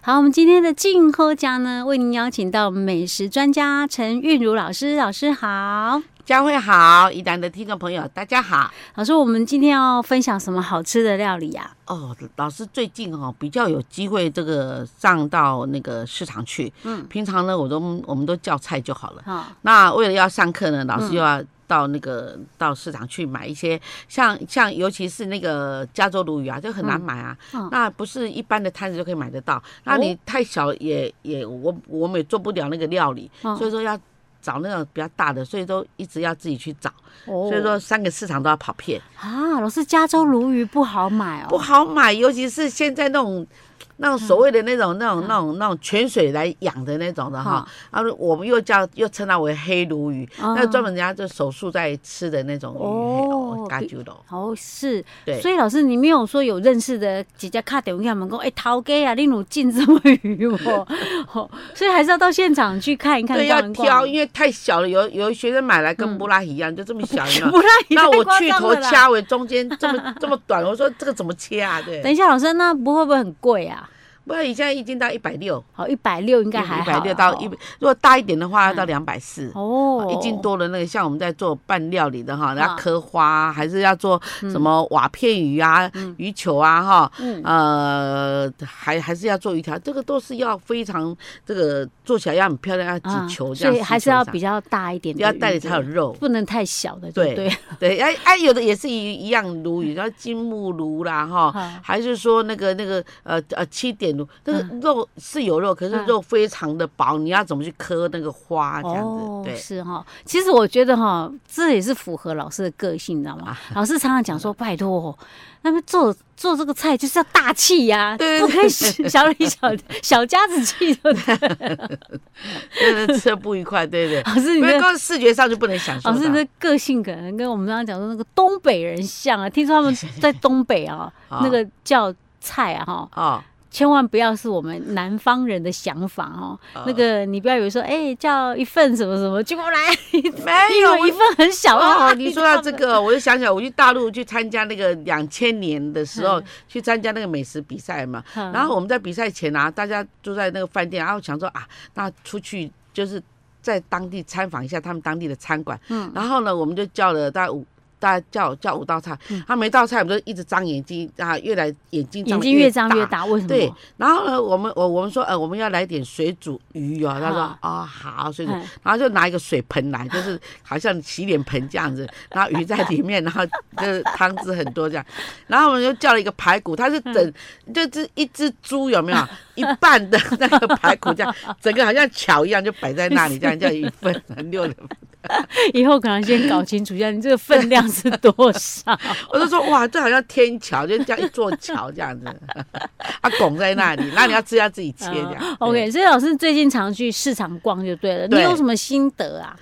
好，我们今天的静候奖呢，为您邀请到美食专家陈韵如老师，老师好，佳慧好，宜兰的听众朋友大家好。老师，我们今天要分享什么好吃的料理呀、哦，老师最近哦比较有机会这个上到那个市场去，嗯，平常呢我都我们都叫菜就好了。啊？那为了要上课呢，老师又要到那个、到市场去买一些，像像尤其是那个加州鲈鱼啊，就很难买啊。嗯嗯那不是一般的摊子就可以买得到。那你太小也也我我们也做不了那个料理，嗯所以说要找那种比较大的，所以都一直要自己去找。哦所以说三个市场都要跑遍，啊，老师，加州鲈鱼不好买哦，不好买，尤其是现在那种。那嗯种所谓的那种、那种、那种、那种泉水来养的那种的哈，然后我们又叫又称它为黑鲈鱼，嗯那专门人家就手术在吃的那种鱼，哦哦，嘎啾的哦，哦，是，对所以老师，你没有说有认识的几家卡点跟他们讲，哎、陶哥啊，你有进这么鱼哦 哦，所以还是要到现场去看一看，对，要逛一逛挑，因为太小了，有有学生买来跟布拉提一样，就这么小，有没 有不然也那太我夸去张头了啦。掐尾，中间这么 这么短，我说这个怎么切啊？对， 等一下，老师，那不会不会很贵啊？不然你现在一斤到一百六，好，一百六应一该还好，嗯百六到一，如果大一点的话要到两百四。哦，一斤多的那个，像我们在做拌料理的哈，啊要刻花啊，还是要做什么瓦片鱼啊、鱼球啊哈，嗯呃，还还是要做鱼条，这个都是要非常这个做起来要很漂亮，要啊几球这所样，以还几是球要这样比较大一点的鱼，要带里才有对肉，不能太小的，对对，对，哎哎，有的也是一一样鲈鱼，然后金目鲈啦啊哈，还是说那个那个呃呃七点鲈，那个肉是有肉，可是嗯肉非常的薄，你要怎么去磕那个花这样哦子？，对， 是哈、其实我觉得哈、这也是符合老师的个性，你知道吗啊？老师常常讲说，拜托、那么做做这个菜就是要大气呀、对不可以小里小 小家子气的。真的吃的不愉快，对对。老师，你因为的光视觉上就不能享受老到。师你的个性可能跟我们刚刚讲说那个东北人像啊，听说他们在东北啊， 啊那个叫菜啊哈，哦，千万不要是我们南方人的想法哦。啊那个你不要以为说，哎、叫一份什么什么，结果来没因 有为一哎我。份很小哦， 啊。你说到这个，我就想起来，我去大陆去参加那个两千年的时候，去参加那个美食比赛嘛。嗯，然后我们在比赛前啊，大家住在那个饭店，然后想说啊，那出去就是在当地参访一下他们当地的餐馆。嗯然后呢，我们就叫了大概五。大家叫叫五道菜，嗯他、每道菜我们就一直张眼睛啊，越来眼睛眼得睛越张越大。大，为什么？对，然后呢，我们我我们说，呃，我们要来点水煮鱼哦。他说，啊哦，好，水煮嗯，然后就拿一个水盆来， 就是好像洗脸盆这样子，然后鱼在里面，然后就是汤汁很多这样，然后我们就叫了一个排骨，它是整嗯就是一只猪有 没有一半的那个排骨这样，整个好像巧一样就摆在那里，这样叫一 份很六人份。 以后可能先搞清楚一下，你这个分量是多 少？我就说哇，这好像天桥，就这样一座桥这样子， 啊拱在那里，那你要吃要自己切这样。对 哦 OK，所以老师最近常去市场逛就对了。你对有什么心得啊？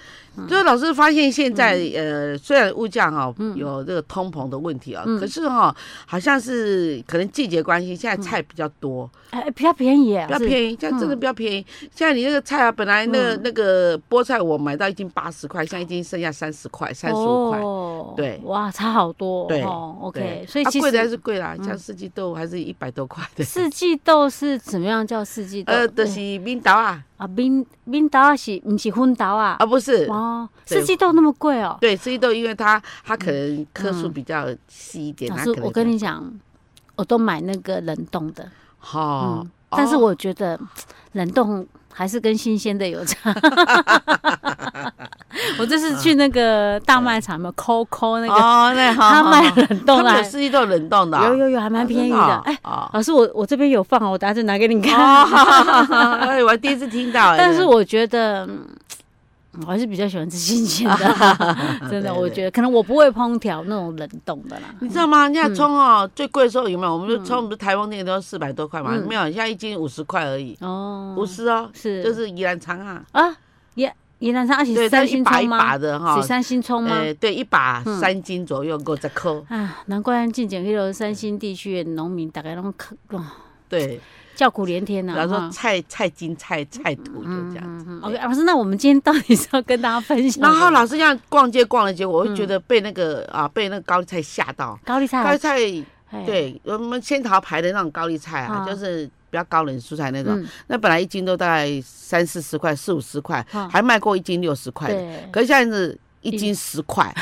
就是老师发现现在、呃，虽然物价哈、有这个通膨的问题啊、嗯可是哈、好像是可能季节关系，现在菜比较多，哎，比较便宜耶，比较宜。便宜，现在嗯真的比较便宜。现在你那个菜啊，本来那个、那个菠菜我买到一斤八十块，现在已经剩下三十块、三十五块。哦对哇，差好多哦。对，OK，对所以啊其贵的还实嗯是贵啦，像四季豆还是一百多块的。四季豆是怎么样叫四季豆？嗯呃，就是冰岛啊，啊，冰冰豆啊是不是荤豆啊？啊不是，哦，对四季豆那么贵哦。对，四季豆因为它它可能颗数比较细一点，嗯老它师可，能我跟你讲，我都买那个冷冻的。好、嗯哦，但是我觉得冷冻还是跟新鲜的有差。 我这次去那个大卖场嘛，抠抠那个，嗯哦那好，他好卖好冷冻他们的有，四季豆冷冻的啊、有有有，还蛮便宜的。哎， 啊老师，我我这边有放哦，我等下就拿给你真的看。啊，哦哈哈哈哈哎， 我还第一次听到。哎但是我觉得。嗯我还是比较喜欢吃新鲜 的，真对的，对我觉得可能我不会烹调那种冷冻的啦。你知道吗？人家葱哦，最贵的时候有没有？我们就葱，不是台风那个都四百多块嘛？嗯没有，现在一斤五十块而已，哦，五十哦，是就是宜兰长啊，啊，宜宜兰山，而且对，它啊三一星把葱一把吗？的哈是，三星葱吗？嗯呃，对，一把三斤左右，够十扣。啊，难怪咱进前迄落三星地区的农民，大概拢哭哇对，叫苦连天呐、啊然后哈说菜菜斤菜菜土就这样子。嗯，OK，老师，那我们今天到底是要跟大家分 享？然后，老是这样逛街逛了，结果我嗯会觉得被那个啊被那个高丽菜吓到，高丽菜高丽啊，菜哎，对，我们仙桃牌的那种高丽菜啊，啊就是比较高冷蔬菜那种，嗯，那本来一斤都大概三四十块、四五十块，嗯还卖过一斤六十块的，对，可是现在是一斤十块，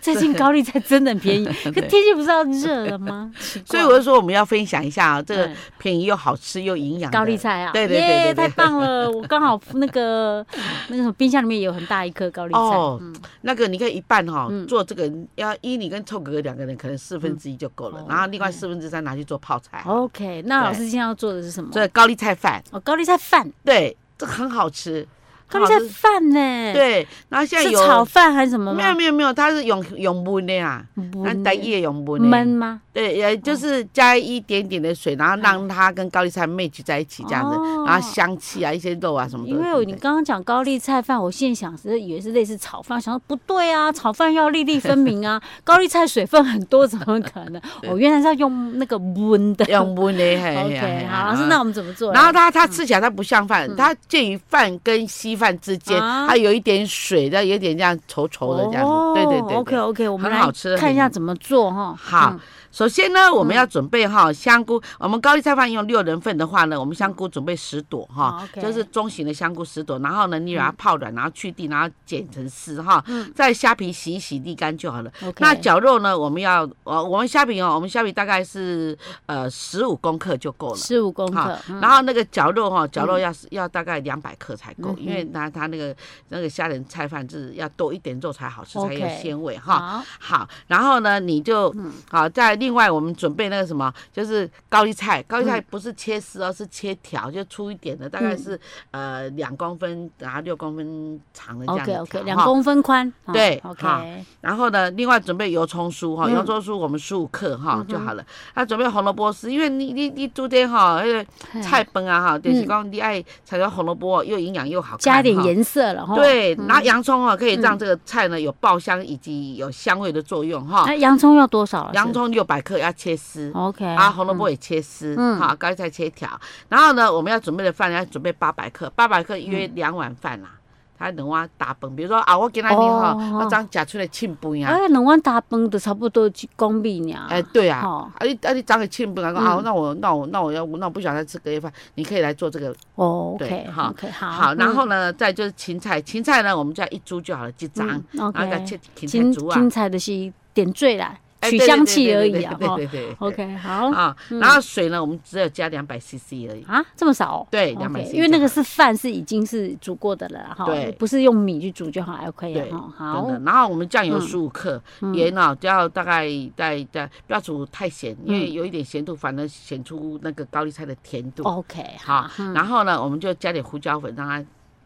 最近高丽菜真的很便宜，可 对天气不是要热了吗？奇怪所以我就说我们要分享一下啊，这个嗯便宜又好吃又营养的高丽。菜啊，对对对耶对对太棒 了！我刚好那个那个什么冰箱里面也有很大一颗高丽菜，哦嗯，那个你可以一半哈、嗯做这个，要依你跟臭哥哥两个人，可能四分之一就够了，哦然后另外嗯哦四分之三拿去做泡菜， OK，那老师今天要做的是什么？这高丽菜饭，哦，高丽菜饭，对，这很好吃，高很丽好菜吃饭呢？，对，然后现在是有炒饭还是什么没有吗？没有没有，它是用用焖的啊，不那台语的用焖的，焖吗？对，也就是加一点点的水，然后让它跟高丽菜 match 在一起这样子，哦然后香气啊，一些肉啊什么的。因为你对刚刚讲高丽菜饭，我现想是以为是类似炒饭，想说不对啊，炒饭要粒粒分明 啊，高丽菜水分很多，怎么可能？我原来是要用那个焖的。用焖的， 嘿 OK，好，老师，那。我们怎么做嘿嘞？然后它它吃起来它不像饭，它介于饭跟稀饭之间，啊哦它有一点水，但有点这样稠稠的这样子。对对对对 OK OK，我们很来好吃看一下很怎么做哈。好嗯，，首先呢，我们要准备哈香菇。我们高丽菜饭用六人份的话呢，我们香菇准备十朵好哈，哦，OK 就是中型的香菇十朵。然后呢，你把它泡软，然后去蒂，然后剪成丝哈嗯。再虾皮洗一洗沥干就好了。 OK 那绞肉呢，我们要呃，我们虾皮哦，我们虾皮大概是呃十五公克就够了。十五公克好，嗯然后那个绞肉哈，绞肉要是要大概两百克才够嗯，哼因为它它那个那个虾仁菜饭就是要多一点肉才好吃，才 OK 有鲜味哈。好，好，然后呢，你就嗯好，再另外我们准备那个什么，就是高丽菜，高丽菜不是切丝哦，是切条，就粗一点的，大概嗯是呃两公分，然后六公分长的这样 OK 的 OK，条两哈。公分宽，哦对好，OK，然后呢，另外准备油葱酥哈，嗯油葱酥我们十五克哈就好了。那准备红萝卜丝，因为你你你昨天哈，那个嘿菜本啊哈，就是嗯讲你爱采用红萝卜，又营养又好看。加一点哦嗯哈颜色了哈。，对，然后洋葱啊，可以嗯让这个菜呢有爆香以及有香味的作用哈。那洋葱要多少？啊洋葱六百克要切丝。 OK，啊，红萝卜也切丝，嗯好，高丽菜切条。然后呢，我们要准备的饭要准备八百克，八百克约两碗饭啦。他能哇打崩，比如说啊，我今仔日吼哦，我昨食出来庆饭嗯，啊，哎，两碗大饭就差不多一公米呢。哎，对啊，哦啊你啊你昨日庆饭啊，嗯啊那我那我那我要那我不想再吃隔夜饭，你可以来做这个。哦，OK 对好 OK，好，好，然后嗯呢，再就是芹菜，芹菜呢我们就要一株就好了，几张，然嗯后再，OK，切芹青菜株啊青，菜的是点缀啦，哎取对对香对气对而对已对啊。对哈对对对 OK，好啊，然后水呢，我们只有加两百 CC 而已。啊，这么少哦？对 OK， 240因为那个是饭是已经是煮过的了啦哈，对不是用米去煮就好还可以啊对，哈。真好的，然后我们酱油嗯十五克，嗯盐呢就要大概在在不要煮太咸，嗯因为有一点咸度反而显出那个高丽菜的甜度。 ，OK，好，哦嗯然后呢，我们就加点胡椒粉让它。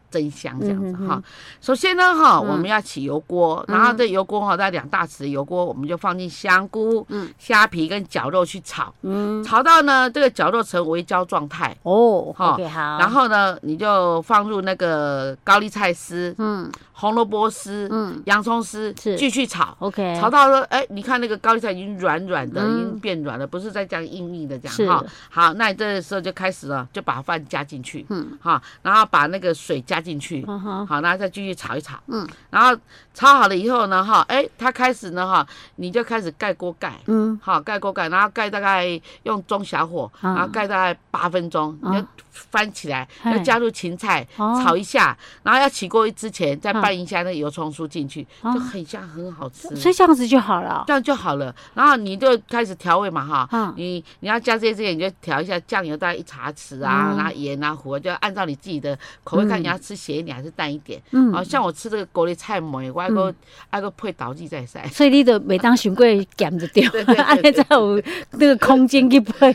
增香这样子嗯哼哈，首先呢哈，嗯我们要起油锅，然后这油锅哈，在两大匙的油锅，我们就放进香菇嗯、虾皮跟绞肉去炒，嗯，炒到呢这个绞肉成微焦状态，哦好，OK，好，然后呢你就放入那个高丽菜丝、嗯红萝卜丝、嗯洋葱丝是继续炒， ，OK，炒到说，哎、你看那个高丽菜已经软软的，嗯已经变软了，不是再这样硬硬的这是样哈。好，那你这时候就开始了，就把饭加进去，嗯哈，然后把那个水加进去，嗯哼，好，然后再继续炒一炒，嗯，然后炒好了以后呢，哈，哎，它开始呢，哈，你就开始盖锅盖。嗯，好，盖锅盖，然后盖大概用中小火，嗯然后盖大概八分钟，嗯你就翻起来，嘿要加入芹菜，哦炒一下，然后要起锅之前再嗯拌一下那个油葱酥进去，哦就很香，很好吃。所以这样子就好了。这样就好了。然后你就开始调味嘛哈，嗯你你要加这些这些，你就调一下酱油，大概一茶匙啊，嗯然后盐啊、胡啊，就按照你自己的口味看，嗯你要吃咸一点还是淡一点。嗯哦，，像我吃这个高丽菜梅，我爱个爱个配倒剂在塞。所以你就每当上过咸就对对对，对安 尼才有那个空间去 配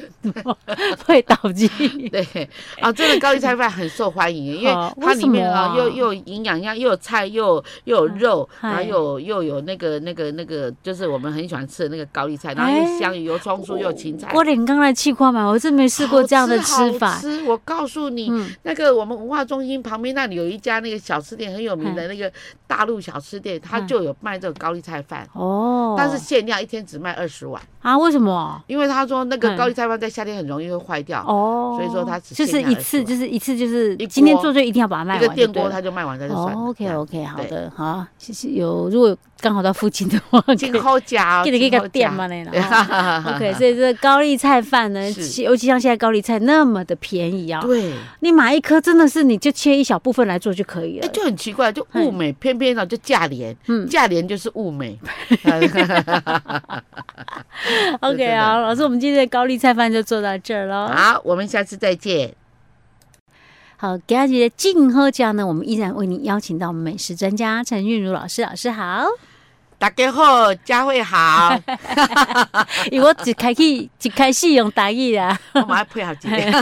配导机。 对，啊，这个高丽菜饭很受欢迎，因好为它里面为什么啊啊又又有营养一样，又有菜，又有又有肉，哎然后又有又有那个那个那个，就是我们很喜欢吃的那个高丽菜，然后哎又香油葱酥又有芹菜。我连刚来去看嘛，我真没试过这样的吃好法。吃，好吃我告诉你，嗯那个我们文化中心旁边那那里有一家那个小吃店很有名的那个大陆小吃店，它就有卖这种高丽菜饭，哦，但是限量一天只卖二十碗，啊，为什么？因为他说那个嗯高丽菜饭在夏天很容易会坏掉，哦，所以说它只就限是量一20次，碗就是一次，就是一今天锅做就一定要把它卖一完个就对了，电锅它就卖完，它就算了。哦这，OK 样 OK，好对的，好，谢谢。有如果有刚好到附近的话， 进后家，记得去进个口店夹 嘛，那对啦。 哦 OK，所以这高丽菜饭呢，是其尤其像现在高丽菜那么的便宜啊，对，你买一颗真的是你就切一小部分来做就可以哎，了。就很奇怪，就物美，偏偏哦呢就价廉，嗯价廉就是 物美，真 OK，的好，老师，我们今天的高丽菜饭就做到这儿喽。好，我们下次再见。好，给大家的静喝家呢，我们依然为您邀请到美食专家陈韵如老师，老师好。大家好，佳 慧好，因为我一开始一开始用台语啦，我们要配合几点？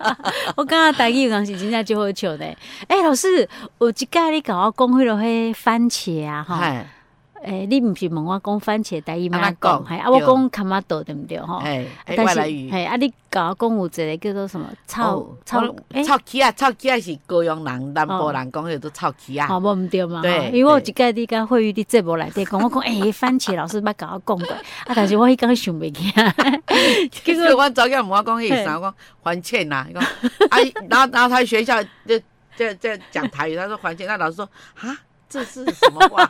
我感觉台语有当时真正就好笑呢。哎、老师，有一届你甲我讲迄落迄番茄啊，吼，哎诶、你毋是问我讲番茄台语咩安怎讲？讲系啊，我对讲卡玛豆对毋对吼？哎，哎但外是来语。嘿，啊，你甲我讲有一个叫做什么臭哦臭我诶，哦臭鸡啊，臭鸡啊是高雄人、南部人讲迄都臭鸡啊好，。哦无毋对嘛？对吼因为我有一对届你甲惠玉的节目内底讲，我讲诶、番茄老师捌甲我讲过，啊，但是我迄工想袂起来，其实我早间问我讲，伊嘿啥我讲还欠呐，伊讲啊，然后然后他学校就就就讲台语，他说还欠，那老师说啊，这是什么话？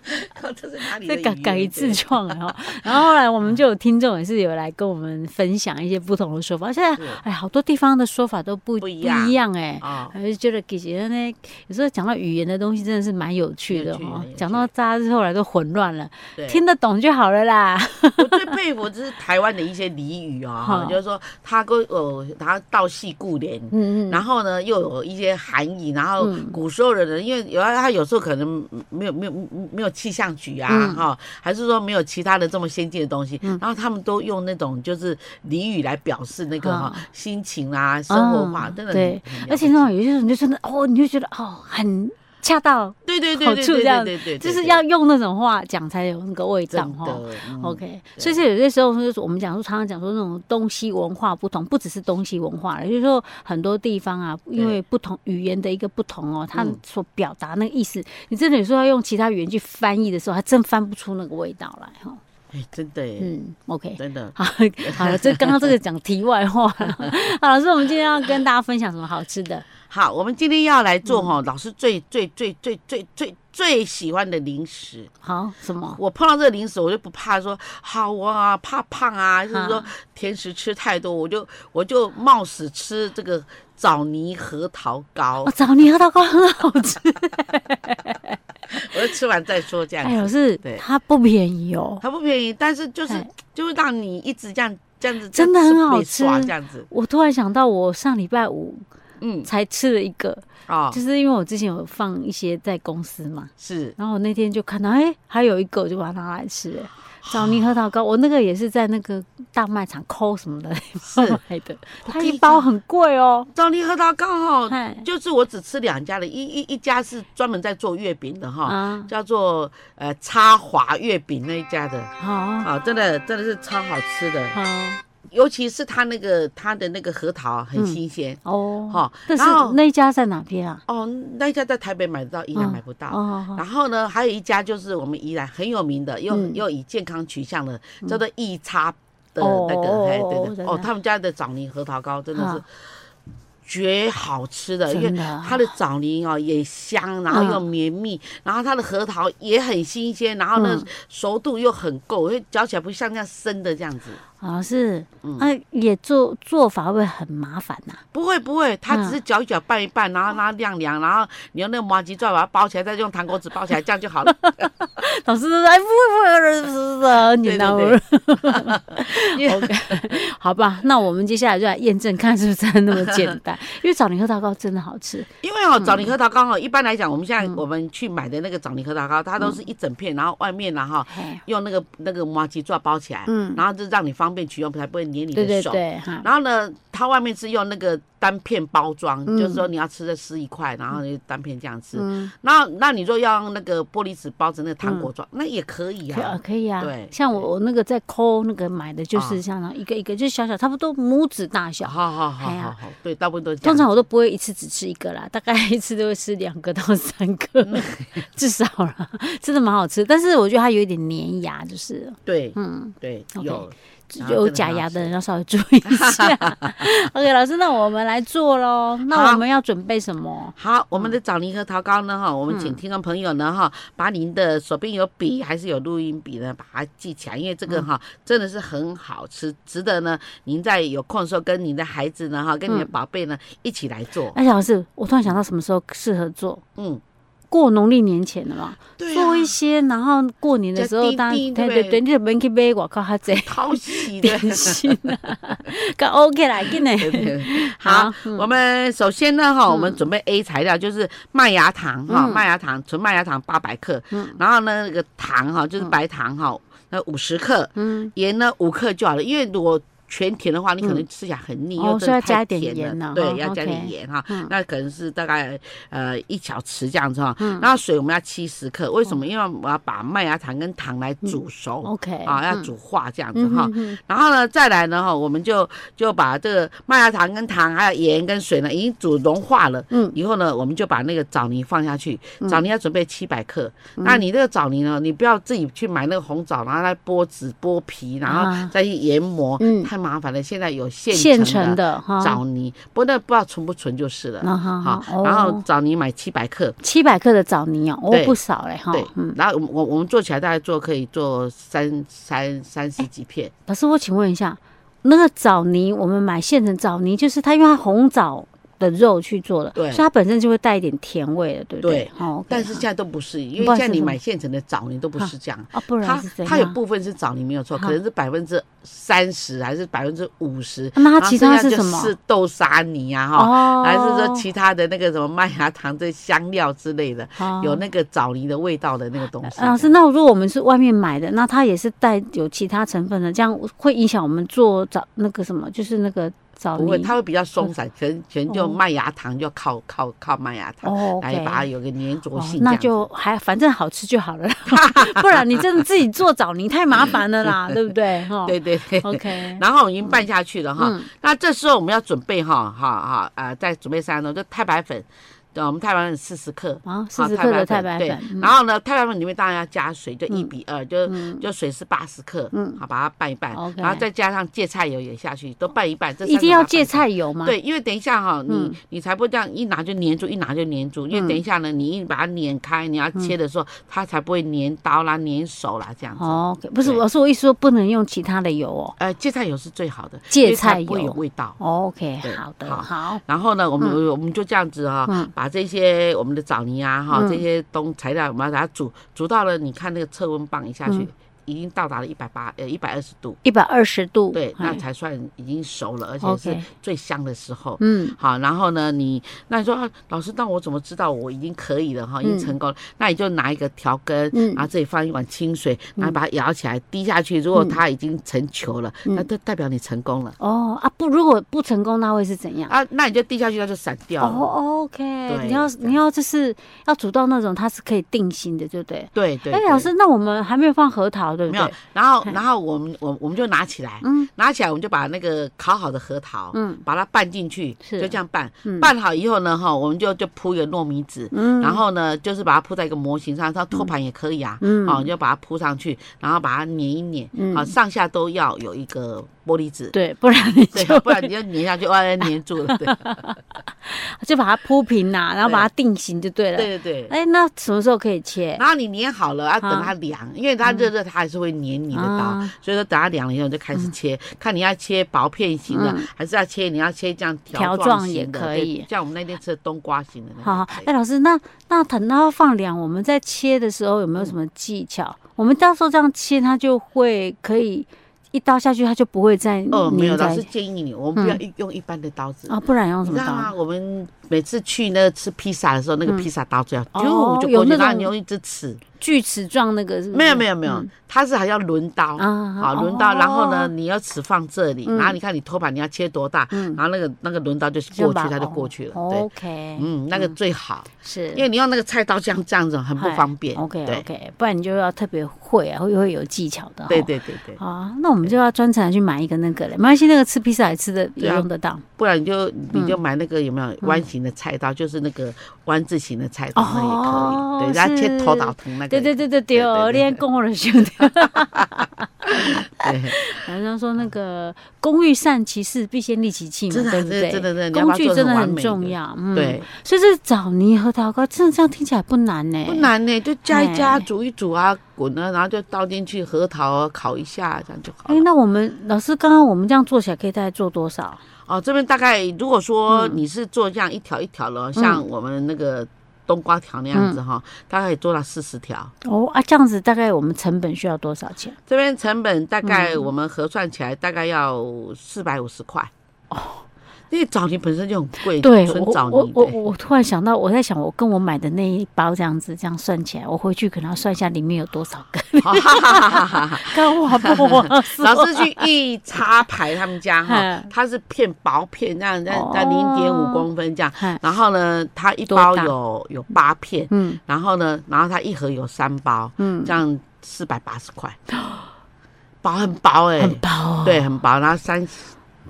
靠这是哪里的这语改言改自创然后，然后后来我们就有听众也是有来跟我们分享一些不同的说法，现在是哎，好多地方的说法都不不一不样一样哎、啊，我就觉得其实呢，有时候讲到语言的东西真的是蛮有趣的有趣哦有。趣讲到大家后来都混乱了，对。听得懂就好了啦。我最佩服就是台湾的一些俚语哦，好哈就是说他跟哦，他到戏故联。嗯嗯，然后呢，又有一些含义。然后嗯古时候的人，因为有他有时候可能没有没有没有气象局啊，嗯哈、还是说没有其他的这么先进的东西。然后他们都用那种就是俚语来表示那个哈、啊心情啊、生活化，嗯真的很对很了不 起而且那种有些人就真的哦，你就觉得哦，很恰到，对对对好对处对这样对对对，就是对要用那种话讲才有那个味道真哈、的、嗯 OK，所以是有些时候就是我们讲说，常常讲说那种东西文化不同，不只是东西文化了，就是说很多地方啊，因为不同语言的一个不同哦，它嗯所表达那个意思，你真的有时候要用其他语言去翻译的时候，还真翻不出那个味道来哈、哦。哎，真的耶，嗯，OK。真 的。好，好了，这刚刚这个讲题外话 了。好，老师，我们今天要跟大家分享什么好吃的？好，我们今天要来做嗯哈、老师最最最最最最最喜欢的零食。好，什么？我碰到这个零食，我就不怕说好我啊怕胖啊，就是说甜食吃太多，我就我就冒死吃这个枣泥核桃糕我、，哦枣泥核桃糕很好 吃。我就吃完再说这样哎，子。老师对，它不便宜哦。它不便宜，但是就是哎就会让你一直这样这样子，真的很好被刷吃这样子。我突然想到，我上礼拜五嗯才吃了一个，哦就，是因为我之前有放一些在公司嘛，是然后我那天就看到，哎、还有一个，我就把它拿来吃、哎，枣泥核桃糕，我那个也是在那个大卖场抠什么的是，买的，我它跟一你包讲很贵哦、枣泥核桃糕哈，嗨就是我只吃两家的，一一一家是专门在做月饼的哈，啊，叫做呃插华月饼那一家的，好啊，真的真的是超好吃的。好尤其是它那个它的那个核桃嗯很新鲜，哦，哈、但是然后那一家在哪边啊？哦，那一家在台北买得到，宜兰嗯买不到。哦，好然后呢，还有一家就是我们宜兰很有名的，又、嗯又以健康取向的，叫做益叉的哦那个，哎、对真对，的哦，他们家的枣泥核桃糕真的是啊绝好吃的，因真为的啊它的枣泥哦也香，然后又绵密，然后它的核桃也很新鲜，然后呢、嗯熟度又很够，因为嚼起来不像那样生的这样子。好是，嗯那、也做做法会不会很麻烦呐、不会不会，嗯它只是搅一搅拌一拌，然后哦让它晾凉，然后你用那个麻吉抓把它包起来，再用糖果纸包起 来，这样就好了。老师都说，哎，不会不会，不会，你对拿对 对 OK，好吧，那我们接下来就来验证看是不是真的那么简 单，因为枣泥核桃糕真的好吃。因为嗯哦，枣泥核桃糕哦，一般来讲，我们现在我们去买的那个枣泥核桃糕，它都是一整片，然后外面然后嘿用那个那个麻吉抓包起来，嗯然后就让你方方便取用，才不会黏你对的对手。对，哈，然后呢，它外面是用那个单片包装，嗯就是说你要吃的撕一块，然后你就单片这样吃。嗯，那那你说要用那个玻璃纸包着那个糖果装，那也可以可以啊啊，。可以啊。对像我我那个在抠那个买的，就啊是像那一个一个，就是小小，差不多拇指大小。好好好哎好呀好，对，大部分都是这通样。常我都不会一次只吃一个啦，大概一次都会吃两个到三 个，至少啦，真的蛮好吃。但是我觉得它有一点粘牙，就是对嗯，对 OK 有然后有啊真的假很好牙的吃人要稍微注意一 下。OK，老师，那我们来做喽。那好我们要准备什么？好，我们嗯的枣泥核桃糕呢，哈，我们请听众朋友呢，哈，把您的手边有笔还是有录音笔呢，把它记起来，因为这个嗯哈真的是很好吃，值得呢，您在有空的时候跟您的孩子呢，哈，跟你嗯的宝贝呢一起来做，而且老师，我突然想到什么时候适合做？嗯，过农历年前了嘛，对做一些，然后过年的时候，加当滴滴对对对不对，对你就免去买外口较济 讨喜的点。心啊， 够 OK 啦，紧嘞。好 好，嗯我们首先呢，哈，我们准备 A 材料就是麦芽糖哈，嗯麦芽糖纯麦芽糖八百克，然后呢，那个糖哈就是白糖哈，那五十克，嗯，盐呢五克就好了，因为如果全甜的话，你可能吃起来很腻，哦又真的所以要加一太点甜了盐呢对，哦要加点 OK 嗯盐哈，那可能是大概呃一小匙这样子哈，嗯然后水我们要七十克，为什么？因为我要把麦芽糖跟糖来煮熟 OK 啊，要嗯嗯煮化这样子嗯哈哼，哼然后呢，再来呢哈，我们就就把这个麦芽糖跟糖还有盐跟水呢，已经煮融化了。嗯以后呢，我们就把那个枣泥放下去，枣泥要准备七百克。嗯那你这个枣泥呢，你不要自己去买那个红枣，然后来剥籽、剥皮，然后啊再去研磨，嗯太麻烦了。现在有现现成成的的哈，枣泥，不过那不知道纯不纯就是了。啊哈好哈，哦然后枣泥买七百克，七百克的枣泥哦，哦对不少嘞哈对，，嗯。然后我我我们做起来大概做可以做三三三十几片，老师，我请问一下，那个枣泥，我们买现成枣泥，就是它因为它红枣的肉去做的，对所以它本身就会带一点甜味了，对不对对？哦，OK，但是好现在都不是，因为不然现在是你什么买现成的枣泥都不是这样。啊，不然它是怎样？它有部分是枣泥没有错，哈可能是百分之三十还是百分之五十，那然它后其他是啊剩下就什么？是豆沙泥啊哈，哦还是说其他的那个什么麦芽糖这香料之类的，有哦那个枣泥的味道的那个东西。啊老师，那如果我们是外面买的，那它也是带有其他成分的，这样会影响我们做枣那个什么，就是那个哦枣不会，泥它会比较松散，全全就哦麦芽糖就靠靠靠麦芽糖哦来，OK 把它有个粘着哦性这样子。那就还反正好吃就好了啦， 不然你真的自己做枣泥太麻烦了 啦，对不对？哈，对对哦对。 ，OK，然后已经拌下去了哈。嗯那这时候我们要准备哈，哈哈啊，再准备三种，就太白粉。对，我们太白粉四十克，啊，好四十克的太白对粉，嗯然后呢，太白粉里面当然要加水，就一比二，就就水是八十克，好，把它拌一拌，嗯 OK 然后再加上芥菜油也下去，都拌一拌。这一定要芥芥菜油吗？，对，因为等一下哈，你嗯你才不这样一拿就粘住，一拿就粘住。因为等一下呢，你一把它碾开，你要切的时嗯候，它才不会粘刀啦、粘手啦这样子。哦，OK，不是，对我是我意思说不能用其他的油哦。呃，芥菜油是最好的，芥因为它菜不会有油味道。 OK，对好的，好好，然后呢，我们、我们就这样子哈、嗯把这些我们的枣泥啊哈、嗯这些东材料，我们把它煮煮到了，你看那个测温棒一下去，嗯已经到达了一百八呃一百二十度，一百二十度，对，哎那才算已经熟了，而且 OK 是最香的时候。嗯，好，然后呢，你那你说、啊、老师，那我怎么知道我已经可以了哈，已经嗯成功了？那你就拿一个调羹，嗯然后这里放一碗清水，然后把它舀起来滴下去。如嗯果它已经成球了，那就代表你成功了哦啊不，如果不成功，那会是怎样？啊，那你就滴下去，它就散掉了。哦对，OK，你要这样你要就是要煮到那种它是可以定型的，对不对？对对，哎，对老师，那我们还没有放核桃，对不没有对？，然后然后我们我我们就拿起来，嗯拿起来我们就把那个烤好的核桃，嗯把它拌进去，是就这样拌，嗯拌好以后呢，哈，我们就就铺一个糯米纸，嗯然后呢，就是把它铺在一个模型上，它托盘也可以啊，嗯哦，你就把它铺上去，然后把它碾一碾，嗯好，上下都要有一个玻璃纸，对，不然你对就，不然你就碾下去，哇，碾住了，对 就把它铺平啦，然后把它定型就对了。对对对。哎，那什么时候可以切？然后你粘好了，要啊等好它凉，因为它热热，它还是会粘你的刀嗯啊，嗯所以说等它凉了以后你就开始切，看你要切薄片型的，还是要切你要切这样条条状状也型的，可对以像我们那天吃的冬瓜型的那好个好也可，以。哎，老师，那那等到放凉，我们在切的时候有没有什么技巧？我们到时候这样切，它就会可以一刀下去，它就不会再哦，没有，粘老在师建议你，我们不要一用一般的刀子。啊，不然用你什知么道吗？刀？我们每次去那个吃披萨的时候，那个披萨刀最好，嗯就哦就有过去，那然后种你用一只尺，锯齿状那个是不是？没有没有没有，它是好像轮刀啊好轮刀，然后呢，哦嗯你要齿放这里，然后你看你托盘你要切多大，然后那个那个轮刀就是过去，它就过去了，对，哦 OK，嗯，那个最好，是因为你用那个菜刀这样这样子很不方便，OK 对 OK，不然你就要特别会啊，会会有技巧的。对。对对对，啊，那我们就要专程去买一个那个嘞，没关系，那个吃披萨也吃的也对啊用得到。不然你就你嗯就买那个有没有弯形的菜刀，就是那个弯字形的菜刀，那哦也可以，对，然后切是头脑疼那个，对对对对对哦，对对对练公我的兄弟。对人家说那个“工欲善其事，必先利其器”嘛，嗯真的对不这对？真的真的你要工把它具做得真的很完很美重的要。嗯，对。所以这枣泥核桃糕，真的这样听起来不难呢、不。难呢、就加一嗯哎加，煮一煮啊，滚啊，然后就倒进去核桃啊烤一下，这样就好哎、了。那我们老师刚刚我们这样做起来，可以大概做多少？哦，这边大概如果嗯说你是做这样一条一条的哦，像我们那个冬瓜条那样子嗯哈、大概可以做到四十条。哦啊，这样子大概我们成本需要多少钱？这边成本大概嗯我们核算起来大概要四百五十块。哦，因为枣泥本身就很贵，对纯我枣我泥我对。我突然想到，我在想，我跟我买的那一包这样子，这样算起来，我回去可能要算一下里面有多 少根。哈哈哈哈哈哈干我不我说 老师去一插排他们家哈嗯，它是片薄片，那样那那零点哦五公分这样。哎然后呢，它一多包大有有八片， 嗯然后呢，然后它一盒有三包，嗯，这样四百八十块， 薄很薄哎、很薄、哦，对，很薄，然后三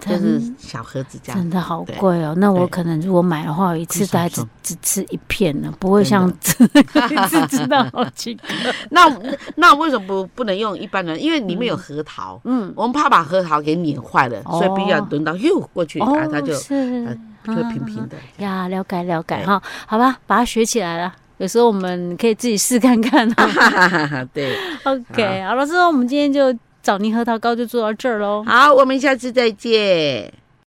就真是小盒子这样。真的好对贵哦。那我对可能如果买的话，我一次大概只上只吃一片呢，不会真像 的一次吃到好几 个。那那为什么不不能用一般人？因为里面有核桃，嗯，哦我们怕把核桃给碾坏了，所以必须要蹲到又过去，然后它啊就是就会平平的。呀，了解了解对哈，好吧，把它学起来了。有时候我们可以自己试看看啊。 对， OK，好，老师，那我们今天就枣泥核桃糕就做到这儿喽。好，我们下次再见。